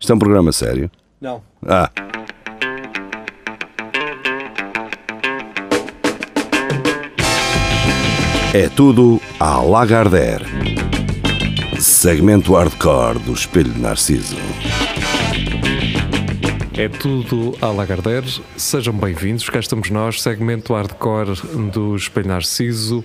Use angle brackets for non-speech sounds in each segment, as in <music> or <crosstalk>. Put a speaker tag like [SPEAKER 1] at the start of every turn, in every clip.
[SPEAKER 1] Isto é um programa sério.
[SPEAKER 2] Não.
[SPEAKER 1] Ah, é tudo à Lagardère. Segmento hardcore do Espelho de Narciso.
[SPEAKER 3] É tudo a Lagardère. Sejam bem-vindos. Cá estamos nós, segmento hardcore do Espelho Narciso.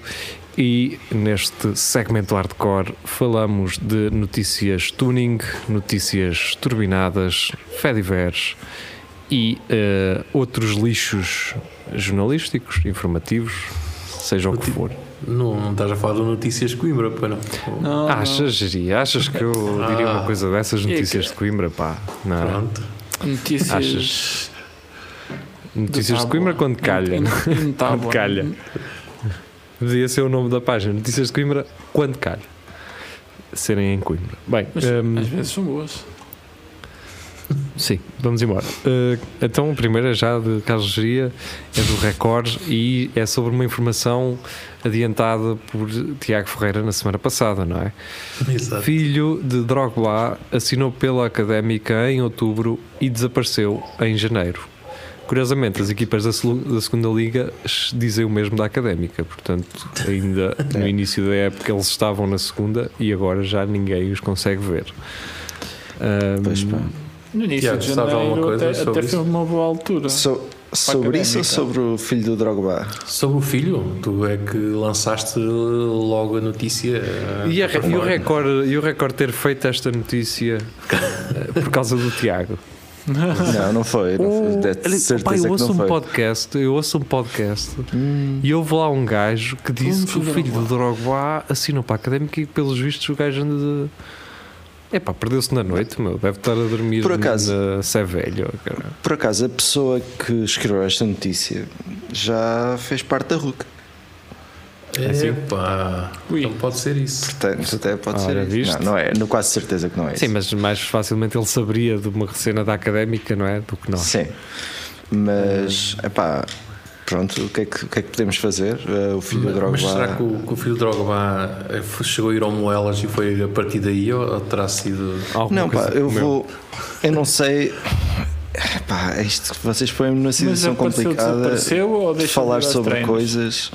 [SPEAKER 3] E neste segmento hardcore falamos de notícias tuning, notícias turbinadas, fediveres e eh, outros lixos jornalísticos, informativos, seja o que for.
[SPEAKER 4] Não, não estás a falar de notícias de Coimbra, pá, não.
[SPEAKER 2] Ah, Não.
[SPEAKER 3] Achas, Giri? Achas que eu diria uma
[SPEAKER 4] Ah.
[SPEAKER 3] coisa dessas
[SPEAKER 2] que-
[SPEAKER 3] notícias de Coimbra? Pá, não.
[SPEAKER 4] Pronto.
[SPEAKER 2] Notícias.
[SPEAKER 3] Achas? Notícias de
[SPEAKER 2] tábua.
[SPEAKER 3] Coimbra quando calha. não é?
[SPEAKER 2] Não tá
[SPEAKER 3] Quando calha. Devia ser o nome da página. Notícias de Coimbra quando calha. Serem em Coimbra. Bem,
[SPEAKER 2] Mas é.
[SPEAKER 3] hum,
[SPEAKER 2] às vezes são boas.
[SPEAKER 3] sim, vamos embora. Uh, então, a primeira já de Carlos Geria é do Record e é sobre uma informação adiantada por Tiago Ferreira na semana passada, não é?
[SPEAKER 4] Exato.
[SPEAKER 3] Filho de Drogba assinou pela Académica em outubro e desapareceu em janeiro. Curiosamente, as equipas da, selu- da segunda liga sh- dizem o mesmo da Académica, portanto, ainda no
[SPEAKER 5] É.
[SPEAKER 3] início da época eles estavam na segunda e agora já ninguém os consegue ver. Ahm,
[SPEAKER 5] Pois pá.
[SPEAKER 2] No início
[SPEAKER 4] Tiago,
[SPEAKER 2] de
[SPEAKER 4] sabes alguma
[SPEAKER 2] janeiro
[SPEAKER 4] coisa
[SPEAKER 2] até,
[SPEAKER 4] sobre
[SPEAKER 2] até foi
[SPEAKER 4] isso?
[SPEAKER 2] uma boa altura. <laughs>
[SPEAKER 5] So- sobre
[SPEAKER 2] académica.
[SPEAKER 5] isso ou sobre o filho do Drogba?
[SPEAKER 4] Sobre o filho, tu é que lançaste logo a notícia. eh,
[SPEAKER 3] E, a-
[SPEAKER 4] para
[SPEAKER 3] e o
[SPEAKER 4] fora.
[SPEAKER 3] recorde, e o recorde ter feito esta notícia eh, por causa do Tiago?
[SPEAKER 5] Não, não foi. Não foi.
[SPEAKER 3] Ou-
[SPEAKER 5] De
[SPEAKER 3] Olha,
[SPEAKER 5] certeza
[SPEAKER 3] pá, eu
[SPEAKER 5] que
[SPEAKER 3] ouço
[SPEAKER 5] não
[SPEAKER 3] um
[SPEAKER 5] foi.
[SPEAKER 3] podcast, eu ouço um podcast e houve lá um gajo que disse que o
[SPEAKER 2] Como que o
[SPEAKER 3] filho do Drogba assinou para a académica e que, pelos vistos o gajo anda de. Epá, perdeu-se na noite, meu. Deve estar a dormir
[SPEAKER 5] Por acaso.
[SPEAKER 3] na Sé Velho. cara.
[SPEAKER 5] Por acaso, a pessoa que escreveu esta notícia já fez parte da RUC.
[SPEAKER 4] É,
[SPEAKER 3] É.
[SPEAKER 4] Epá,
[SPEAKER 2] Ui.
[SPEAKER 4] não então pode ser isso.
[SPEAKER 5] Portanto, até pode
[SPEAKER 3] Ah,
[SPEAKER 5] ser.
[SPEAKER 3] olha,
[SPEAKER 5] isso.
[SPEAKER 3] viste?
[SPEAKER 5] Não, não é. No quase certeza que não é
[SPEAKER 3] Sim,
[SPEAKER 5] isso.
[SPEAKER 3] mas mais facilmente ele saberia de uma cena da académica, não é? Do que nós.
[SPEAKER 5] Sim. Mas, epá, pronto, o que é que, o que, é que podemos fazer? Eh, o filho do Drogba.
[SPEAKER 4] Mas será que o, que o filho de Drogba eh, foi- chegou a ir ao Moelas e foi a partir daí ou, ou terá sido.
[SPEAKER 3] Alguma
[SPEAKER 5] Não, pá,
[SPEAKER 3] coisa
[SPEAKER 5] eu
[SPEAKER 3] comeu.
[SPEAKER 5] vou. Eu não sei. Pá, é isto que vocês põem-me numa situação
[SPEAKER 2] apareceu,
[SPEAKER 5] complicada
[SPEAKER 2] desapareceu ou
[SPEAKER 5] de
[SPEAKER 2] deixou de
[SPEAKER 5] falar
[SPEAKER 2] ir aos
[SPEAKER 5] sobre
[SPEAKER 2] treinos?
[SPEAKER 5] coisas.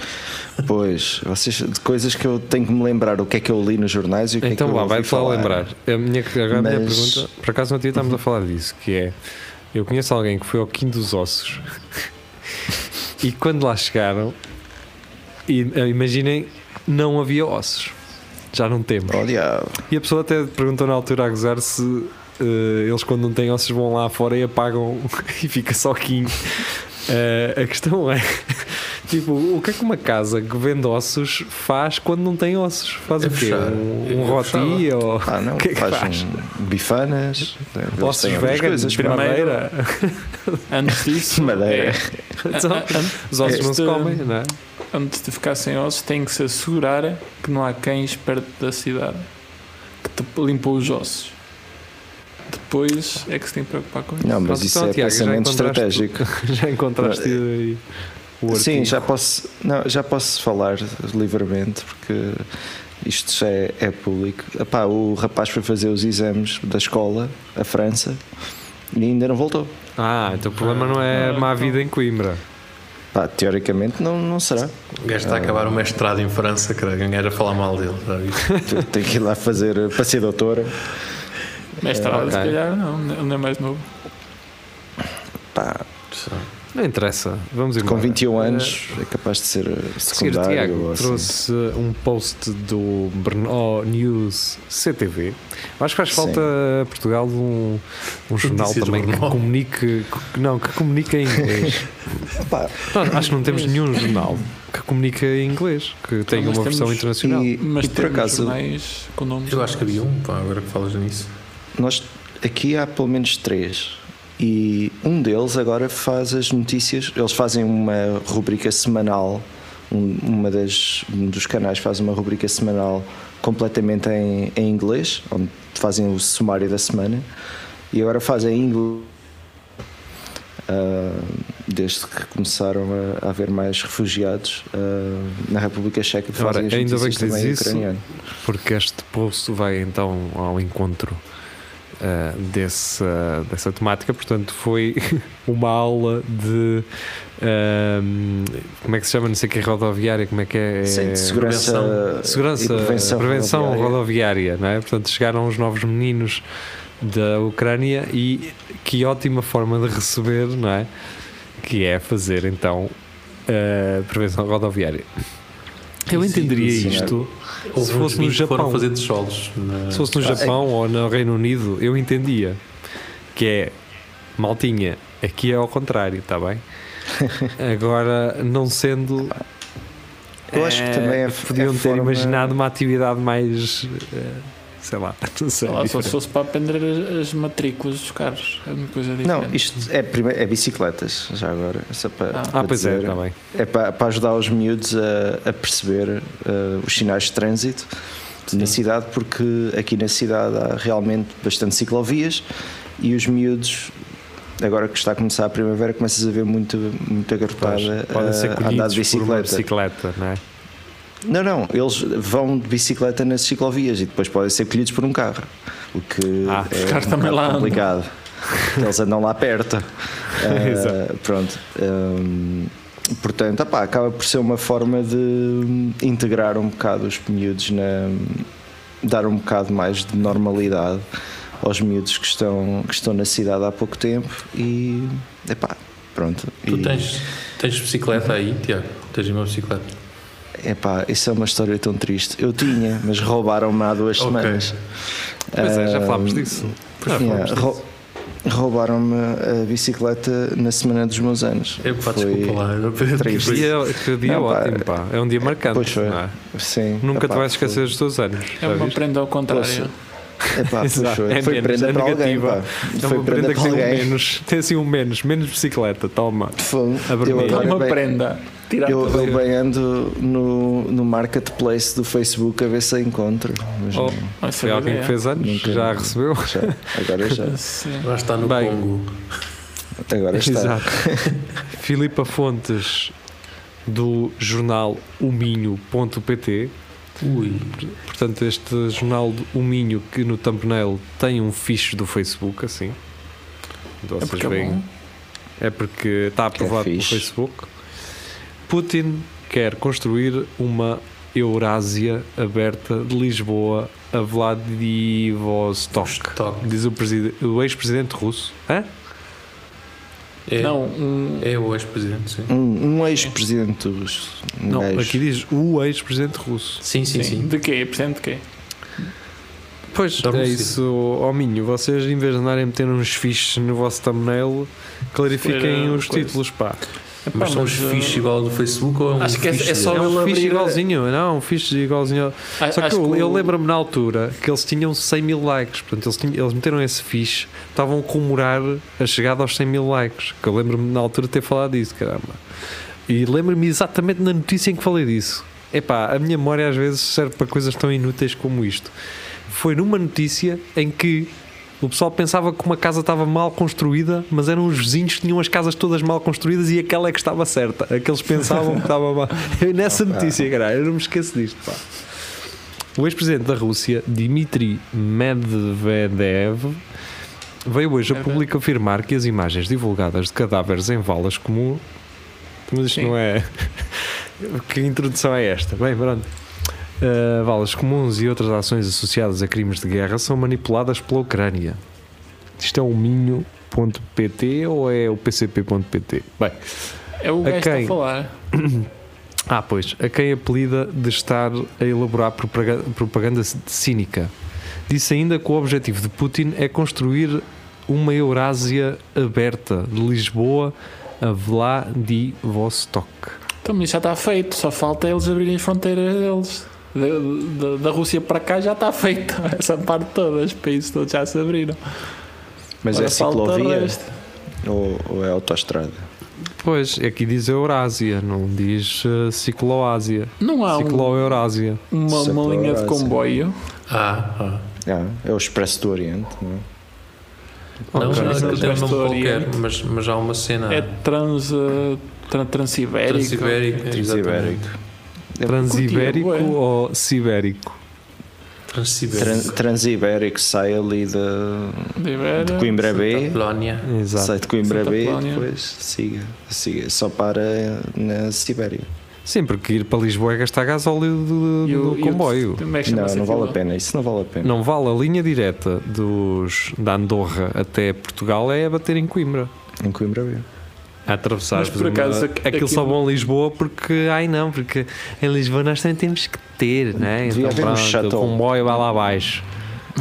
[SPEAKER 5] Pois, vocês, de coisas que eu tenho que me lembrar o que é que eu li nos jornais e o que é
[SPEAKER 3] Então
[SPEAKER 5] que eu
[SPEAKER 3] vá,
[SPEAKER 5] ouvi
[SPEAKER 3] vai só
[SPEAKER 5] falar.
[SPEAKER 3] lembrar. A minha, agora a minha
[SPEAKER 5] Mas-
[SPEAKER 3] pergunta, por acaso no outro dia estávamos a falar disso, que é eu conheço alguém que foi ao Quinto dos Ossos <laughs> e quando lá chegaram, e, eh, imaginem, não havia ossos. Já não temos.
[SPEAKER 5] Oh, diabo.
[SPEAKER 3] E a pessoa até perguntou na altura a gozar se eh, eles quando não têm ossos vão lá fora e apagam <laughs> e fica só quinho. Eh, a questão é <laughs> tipo, o que é que uma casa que vende ossos faz quando não tem ossos? Faz
[SPEAKER 4] É
[SPEAKER 3] o quê?
[SPEAKER 4] fechar.
[SPEAKER 3] Um, um
[SPEAKER 4] É
[SPEAKER 3] roti
[SPEAKER 4] fechar.
[SPEAKER 3] ou
[SPEAKER 5] Ah, não,
[SPEAKER 3] <laughs> que é que
[SPEAKER 5] faz,
[SPEAKER 3] faz?
[SPEAKER 5] um bifanas, eles
[SPEAKER 3] ossos
[SPEAKER 5] têm outras
[SPEAKER 3] vegan,
[SPEAKER 5] coisas, pá.
[SPEAKER 2] primeiro-
[SPEAKER 3] madeira?
[SPEAKER 2] Antes
[SPEAKER 5] <laughs>
[SPEAKER 2] disso. é,
[SPEAKER 5] Madeira.
[SPEAKER 3] <laughs> Então, os ossos não se
[SPEAKER 2] este-
[SPEAKER 3] comem, não é? <laughs>
[SPEAKER 2] é, antes de ficar sem ossos, tem que se assegurar que não há cães perto da cidade que te limpou os ossos. Depois é que se tem que preocupar com isso.
[SPEAKER 5] Não, mas
[SPEAKER 3] Pronto,
[SPEAKER 5] isso
[SPEAKER 3] então,
[SPEAKER 5] é
[SPEAKER 3] Tiago, já
[SPEAKER 5] pensamento
[SPEAKER 3] encontraste-
[SPEAKER 5] estratégico.
[SPEAKER 3] Já encontraste aí o artigo.
[SPEAKER 5] Sim, já posso, não, já posso falar livremente porque isto já é, é público. Epá, o rapaz foi fazer os exames da escola, a França, e ainda não voltou.
[SPEAKER 3] Ah, então o problema não é má
[SPEAKER 5] então
[SPEAKER 3] vida em Coimbra.
[SPEAKER 5] Pá, teoricamente não, não será.
[SPEAKER 4] O gajo está a acabar o mestrado em França, cara. Ganhar a falar mal dele. já viste?
[SPEAKER 5] Tem que ir lá fazer para ser doutora. é,
[SPEAKER 2] Mestrado, se
[SPEAKER 3] ok.
[SPEAKER 2] calhar, não, ele não é mais novo.
[SPEAKER 5] Pá,
[SPEAKER 3] Não interessa, vamos embora.
[SPEAKER 5] com 21
[SPEAKER 3] Eh,
[SPEAKER 5] anos é capaz de ser eh,
[SPEAKER 3] Seguir,
[SPEAKER 5] secundário
[SPEAKER 3] Tiago
[SPEAKER 5] ou assim.
[SPEAKER 3] trouxe um post do Brno oh, News CTV. Acho que faz
[SPEAKER 5] Sim.
[SPEAKER 3] falta a Portugal um, um jornal
[SPEAKER 4] Notícias
[SPEAKER 3] também que
[SPEAKER 4] Brno.
[SPEAKER 3] comunique, que- não, que comunique em inglês.
[SPEAKER 5] <laughs> Pá,
[SPEAKER 3] Não, acho que não temos nenhum jornal que comunique em inglês, que tenha
[SPEAKER 2] mas
[SPEAKER 3] uma versão
[SPEAKER 2] temos-
[SPEAKER 3] internacional.
[SPEAKER 5] e-
[SPEAKER 2] Mas
[SPEAKER 5] e por
[SPEAKER 2] temos
[SPEAKER 5] acaso
[SPEAKER 2] jornais com nomes.
[SPEAKER 4] Eu acho que havia um, pá, agora que falas nisso.
[SPEAKER 5] Nós aqui há pelo menos três. E um deles agora faz as notícias. Eles fazem uma rubrica semanal. Um, uma das, um dos canais faz uma rubrica semanal completamente em, em inglês, onde fazem o sumário da semana. E agora fazem em inglês. ah, desde que começaram a, a haver mais refugiados ah, na República Checa,
[SPEAKER 3] Ora,
[SPEAKER 5] fazem as
[SPEAKER 3] ainda bem
[SPEAKER 5] notícias
[SPEAKER 3] que diz
[SPEAKER 5] também em
[SPEAKER 3] isso.
[SPEAKER 5] ucraniano.
[SPEAKER 3] Porque este post vai então ao encontro ah, dessa, dessa temática. Portanto, foi <laughs> uma aula de. ahm, como é que se chama? Não sei que é rodoviária, como é que é? Eh,
[SPEAKER 5] Sim, de segurança,
[SPEAKER 3] Segurança,
[SPEAKER 5] e
[SPEAKER 3] prevenção,
[SPEAKER 5] prevenção,
[SPEAKER 3] rodoviária.
[SPEAKER 5] rodoviária.
[SPEAKER 3] não é? Portanto, chegaram os novos meninos da Ucrânia e que ótima forma de receber, não é? Que é fazer então a prevenção rodoviária. Eu
[SPEAKER 4] Sim,
[SPEAKER 3] entenderia
[SPEAKER 5] sim, senhor.
[SPEAKER 3] isto
[SPEAKER 4] Houve
[SPEAKER 3] se
[SPEAKER 4] uns
[SPEAKER 3] fosse no
[SPEAKER 4] meninos que
[SPEAKER 3] Japão.
[SPEAKER 4] foram fazer de solos. na-
[SPEAKER 3] Se
[SPEAKER 5] Ah,
[SPEAKER 3] fosse no
[SPEAKER 5] é.
[SPEAKER 3] Japão ou no Reino Unido, eu entendia. Que é maltinha, aqui é ao contrário, está
[SPEAKER 5] <laughs>
[SPEAKER 3] bem? Agora, não sendo.
[SPEAKER 5] Eu acho que
[SPEAKER 3] eh,
[SPEAKER 5] também é-
[SPEAKER 3] Podiam
[SPEAKER 5] é
[SPEAKER 3] ter
[SPEAKER 5] forma-
[SPEAKER 3] imaginado uma atividade mais. eh, sei
[SPEAKER 5] <laughs>
[SPEAKER 3] lá, não sei.
[SPEAKER 2] Sei lá, só
[SPEAKER 3] É diferente.
[SPEAKER 2] se fosse para aprender as, as matrículas dos carros. É uma coisa diferente.
[SPEAKER 5] Não, isto é, prime- é bicicletas, já agora. Só para,
[SPEAKER 2] Ah.
[SPEAKER 5] para
[SPEAKER 3] Ah, pois é,
[SPEAKER 5] dizer.
[SPEAKER 3] está bem.
[SPEAKER 5] É para, para ajudar os miúdos a, a perceber eh, os sinais de trânsito na cidade, porque aqui na cidade há realmente bastante ciclovias e os miúdos, agora que está a começar a primavera, começas a ver muito, muito agarrotada
[SPEAKER 3] Podem ser
[SPEAKER 5] a andar de
[SPEAKER 3] colhidos por uma
[SPEAKER 5] bicicleta.
[SPEAKER 3] bicicleta, não é?
[SPEAKER 5] Não, não, eles vão de bicicleta nas ciclovias e depois podem ser colhidos por um carro, o que
[SPEAKER 3] Ah,
[SPEAKER 5] é
[SPEAKER 2] os carros
[SPEAKER 5] um
[SPEAKER 2] também
[SPEAKER 5] bocado
[SPEAKER 2] lá andam.
[SPEAKER 5] complicado. eles andam
[SPEAKER 2] <laughs>
[SPEAKER 5] lá perto. Ah,
[SPEAKER 3] Exato.
[SPEAKER 5] pronto. Hum, portanto, opá, acaba por ser uma forma de integrar um bocado os miúdos na. dar um bocado mais de normalidade aos miúdos que estão, que estão na cidade há pouco tempo e. epá, pronto.
[SPEAKER 4] Tu
[SPEAKER 5] E-
[SPEAKER 4] tens, tens bicicleta aí, Tiago? Tens uma bicicleta?
[SPEAKER 5] Epá, isso é uma história tão triste. Eu tinha, mas roubaram-me há duas
[SPEAKER 4] Ok.
[SPEAKER 5] semanas.
[SPEAKER 3] Pois é, já
[SPEAKER 5] Ah,
[SPEAKER 3] falámos disso. Já
[SPEAKER 5] yeah,
[SPEAKER 3] falámos disso.
[SPEAKER 5] rou- Roubaram-me a bicicleta na semana dos meus anos.
[SPEAKER 4] É pá,
[SPEAKER 5] Foi-
[SPEAKER 4] desculpa lá. eu- <laughs> Tipo,
[SPEAKER 5] triste.
[SPEAKER 3] Que dia, que dia
[SPEAKER 5] Não, pá,
[SPEAKER 3] ótimo, pá. É um dia marcante.
[SPEAKER 5] Pois foi.
[SPEAKER 3] não é?
[SPEAKER 5] Sim.
[SPEAKER 3] Nunca
[SPEAKER 5] epá,
[SPEAKER 3] te vais esquecer dos teus anos.
[SPEAKER 2] É
[SPEAKER 3] já
[SPEAKER 2] uma
[SPEAKER 3] viste?
[SPEAKER 2] prenda ao contrário.
[SPEAKER 5] Poxa. Foi, epá, pois
[SPEAKER 3] Exato,
[SPEAKER 5] foi.
[SPEAKER 3] é
[SPEAKER 5] Foi
[SPEAKER 3] menos,
[SPEAKER 5] prenda
[SPEAKER 3] é
[SPEAKER 5] para alguém.
[SPEAKER 3] negativa.
[SPEAKER 5] Pá.
[SPEAKER 3] É
[SPEAKER 5] foi
[SPEAKER 3] uma prenda
[SPEAKER 5] prenda
[SPEAKER 3] que
[SPEAKER 5] para
[SPEAKER 3] tem um
[SPEAKER 5] alguém.
[SPEAKER 3] menos. <laughs> Tem assim um menos, menos bicicleta, toma.
[SPEAKER 5] Foi-
[SPEAKER 3] A vermelha.
[SPEAKER 5] eu
[SPEAKER 2] Dá É uma
[SPEAKER 5] agora bem-
[SPEAKER 2] prenda. Tira
[SPEAKER 5] Eu,
[SPEAKER 2] tudo.
[SPEAKER 5] eu bem ando no, no marketplace do Facebook a ver se encontro. Mas
[SPEAKER 3] Oh,
[SPEAKER 5] não,
[SPEAKER 2] Essa
[SPEAKER 3] foi
[SPEAKER 2] é a
[SPEAKER 3] alguém que
[SPEAKER 2] ideia.
[SPEAKER 3] fez anos,
[SPEAKER 5] Nunca.
[SPEAKER 3] já recebeu.
[SPEAKER 5] já, agora já.
[SPEAKER 2] é. Sim.
[SPEAKER 4] Lá está no
[SPEAKER 3] Bem.
[SPEAKER 4] Congo.
[SPEAKER 3] <laughs>
[SPEAKER 5] Agora está.
[SPEAKER 3] Exato. Filipa Fontes do jornal uminho.pt
[SPEAKER 4] Ui,
[SPEAKER 3] Portanto, este jornal do O Minho que no thumbnail tem um fixe do Facebook, assim. Então,
[SPEAKER 2] É
[SPEAKER 3] vocês
[SPEAKER 2] porque é
[SPEAKER 3] veem.
[SPEAKER 2] bom.
[SPEAKER 3] É porque está aprovado pelo
[SPEAKER 5] fixe.
[SPEAKER 3] Facebook. Putin quer construir uma Eurásia aberta de Lisboa a Vladivostok.
[SPEAKER 4] toque.
[SPEAKER 3] Diz o, preside- o ex-presidente russo. Hã?
[SPEAKER 4] É,
[SPEAKER 2] Não, um,
[SPEAKER 4] é o ex-presidente, sim.
[SPEAKER 5] Um, um ex-presidente dos. um
[SPEAKER 3] Não,
[SPEAKER 5] gajo.
[SPEAKER 3] aqui diz o ex-presidente russo.
[SPEAKER 4] Sim, sim,
[SPEAKER 2] sim,
[SPEAKER 4] sim.
[SPEAKER 2] De quê? Presente de quê?
[SPEAKER 3] Pois,
[SPEAKER 4] Da
[SPEAKER 3] é
[SPEAKER 4] Rússia.
[SPEAKER 3] isso, hominho. Vocês, em vez de andarem a meter uns fiches no vosso thumbnail, clarifiquem
[SPEAKER 2] Era
[SPEAKER 3] os
[SPEAKER 2] coisa.
[SPEAKER 3] títulos, pá.
[SPEAKER 2] Epá,
[SPEAKER 4] Mas são os
[SPEAKER 2] uh,
[SPEAKER 4] fixe igual ao do Facebook ou é um
[SPEAKER 2] Acho que é- é
[SPEAKER 4] fixe
[SPEAKER 2] só-
[SPEAKER 4] dele?
[SPEAKER 3] É um
[SPEAKER 2] ele
[SPEAKER 3] fixe
[SPEAKER 2] abrir-
[SPEAKER 3] igualzinho, não, um fixe igualzinho.
[SPEAKER 2] a-
[SPEAKER 3] Só que
[SPEAKER 2] acho
[SPEAKER 3] eu,
[SPEAKER 2] o-
[SPEAKER 3] eu lembro-me na altura que eles tinham 100 mil likes, portanto, eles, tinham- eles meteram esse fixe, estavam a comemorar a chegada aos 100 mil likes. Que eu lembro-me na altura de ter falado disso, caramba. E lembro-me exatamente na notícia em que falei disso. Epá, a minha memória às vezes serve para coisas tão inúteis como isto. Foi numa notícia em que o pessoal pensava que uma casa estava mal construída, mas eram os vizinhos que tinham as casas todas mal construídas e aquela é que estava certa. Aqueles pensavam que estava mal. Eu, nessa notícia, caralho, eu não me esqueço disto. Pá. O ex-presidente da Rússia, Dmitry Medvedev, veio hoje a público afirmar que as imagens divulgadas de cadáveres em valas comum. Mas isto
[SPEAKER 2] Sim.
[SPEAKER 3] não é. <laughs> que introdução é esta? Bem, pronto. Ah, valas comuns e outras ações associadas a crimes de guerra são manipuladas pela Ucrânia. Isto é o minho.pt ou é o pcp.pt? Bem,
[SPEAKER 2] É o gajo que está
[SPEAKER 3] quem?
[SPEAKER 2] a falar.
[SPEAKER 3] ah, pois, a quem apelida de estar a elaborar propaga- propaganda c- cínica. Disse ainda que o objetivo de Putin é construir uma Eurásia aberta de Lisboa a Vladivostok.
[SPEAKER 2] Então, mas já está feito, só falta eles abrirem as fronteiras deles. Da, da, da Rússia para cá já está feito. <laughs> Essa parte toda, os países todos já se abriram.
[SPEAKER 5] Mas
[SPEAKER 2] Agora
[SPEAKER 5] é
[SPEAKER 2] falta o
[SPEAKER 5] ciclovia
[SPEAKER 2] resto.
[SPEAKER 5] ou, ou é autoestrada?
[SPEAKER 3] Pois, aqui diz Eurásia, não diz eh, Cicloásia.
[SPEAKER 2] Não há um-
[SPEAKER 3] Ciclo-Eurásia.
[SPEAKER 2] uma,
[SPEAKER 5] Isso é
[SPEAKER 2] uma linha de
[SPEAKER 5] claro,
[SPEAKER 2] comboio.
[SPEAKER 4] Ah, ah.
[SPEAKER 5] Ah, é o Expresso do Oriente, não é?
[SPEAKER 3] Ok.
[SPEAKER 4] Não, não,
[SPEAKER 2] isso é
[SPEAKER 4] aquilo tem um
[SPEAKER 2] Expresso
[SPEAKER 4] nome
[SPEAKER 2] do
[SPEAKER 4] qualquer,
[SPEAKER 2] Oriente.
[SPEAKER 4] mas, mas há uma cena
[SPEAKER 2] É trans, uh, tran- transibérico.
[SPEAKER 4] transibérica.
[SPEAKER 5] Transibérico.
[SPEAKER 4] exatamente.
[SPEAKER 5] Eu
[SPEAKER 3] Transibérico
[SPEAKER 2] curtia, bué.
[SPEAKER 3] ou Sibérico?
[SPEAKER 5] Tran
[SPEAKER 4] Transibérico.
[SPEAKER 5] Transibérico sai ali de,
[SPEAKER 2] De Iberia,
[SPEAKER 5] de Coimbra B.
[SPEAKER 4] Polónia.
[SPEAKER 5] Sai
[SPEAKER 3] Exato.
[SPEAKER 5] de Coimbra
[SPEAKER 2] Santa
[SPEAKER 5] B e
[SPEAKER 2] Polónia.
[SPEAKER 5] depois siga, siga. Só para na Sibéria.
[SPEAKER 3] Sim, porque ir para Lisboa é gastar gasóleo do,
[SPEAKER 2] E o-
[SPEAKER 3] do
[SPEAKER 2] e o-
[SPEAKER 3] comboio.
[SPEAKER 2] como é que
[SPEAKER 5] um Não,
[SPEAKER 2] chama-se
[SPEAKER 5] não vale a
[SPEAKER 2] aquilo?
[SPEAKER 5] pena. Isso não vale a pena.
[SPEAKER 3] Não vale a linha direta dos, da Andorra até Portugal é a bater em Coimbra.
[SPEAKER 5] Em Coimbra B.
[SPEAKER 3] A atravessar.
[SPEAKER 2] Mas, por
[SPEAKER 3] fazer uma-
[SPEAKER 2] acaso, aqui-
[SPEAKER 3] aquilo
[SPEAKER 2] aqui-
[SPEAKER 3] só vão a Lisboa porque. Ai não, porque em Lisboa nós também temos que ter, né?
[SPEAKER 5] Devia haver um
[SPEAKER 3] pronto, o
[SPEAKER 5] shuttle.
[SPEAKER 3] comboio vai lá abaixo.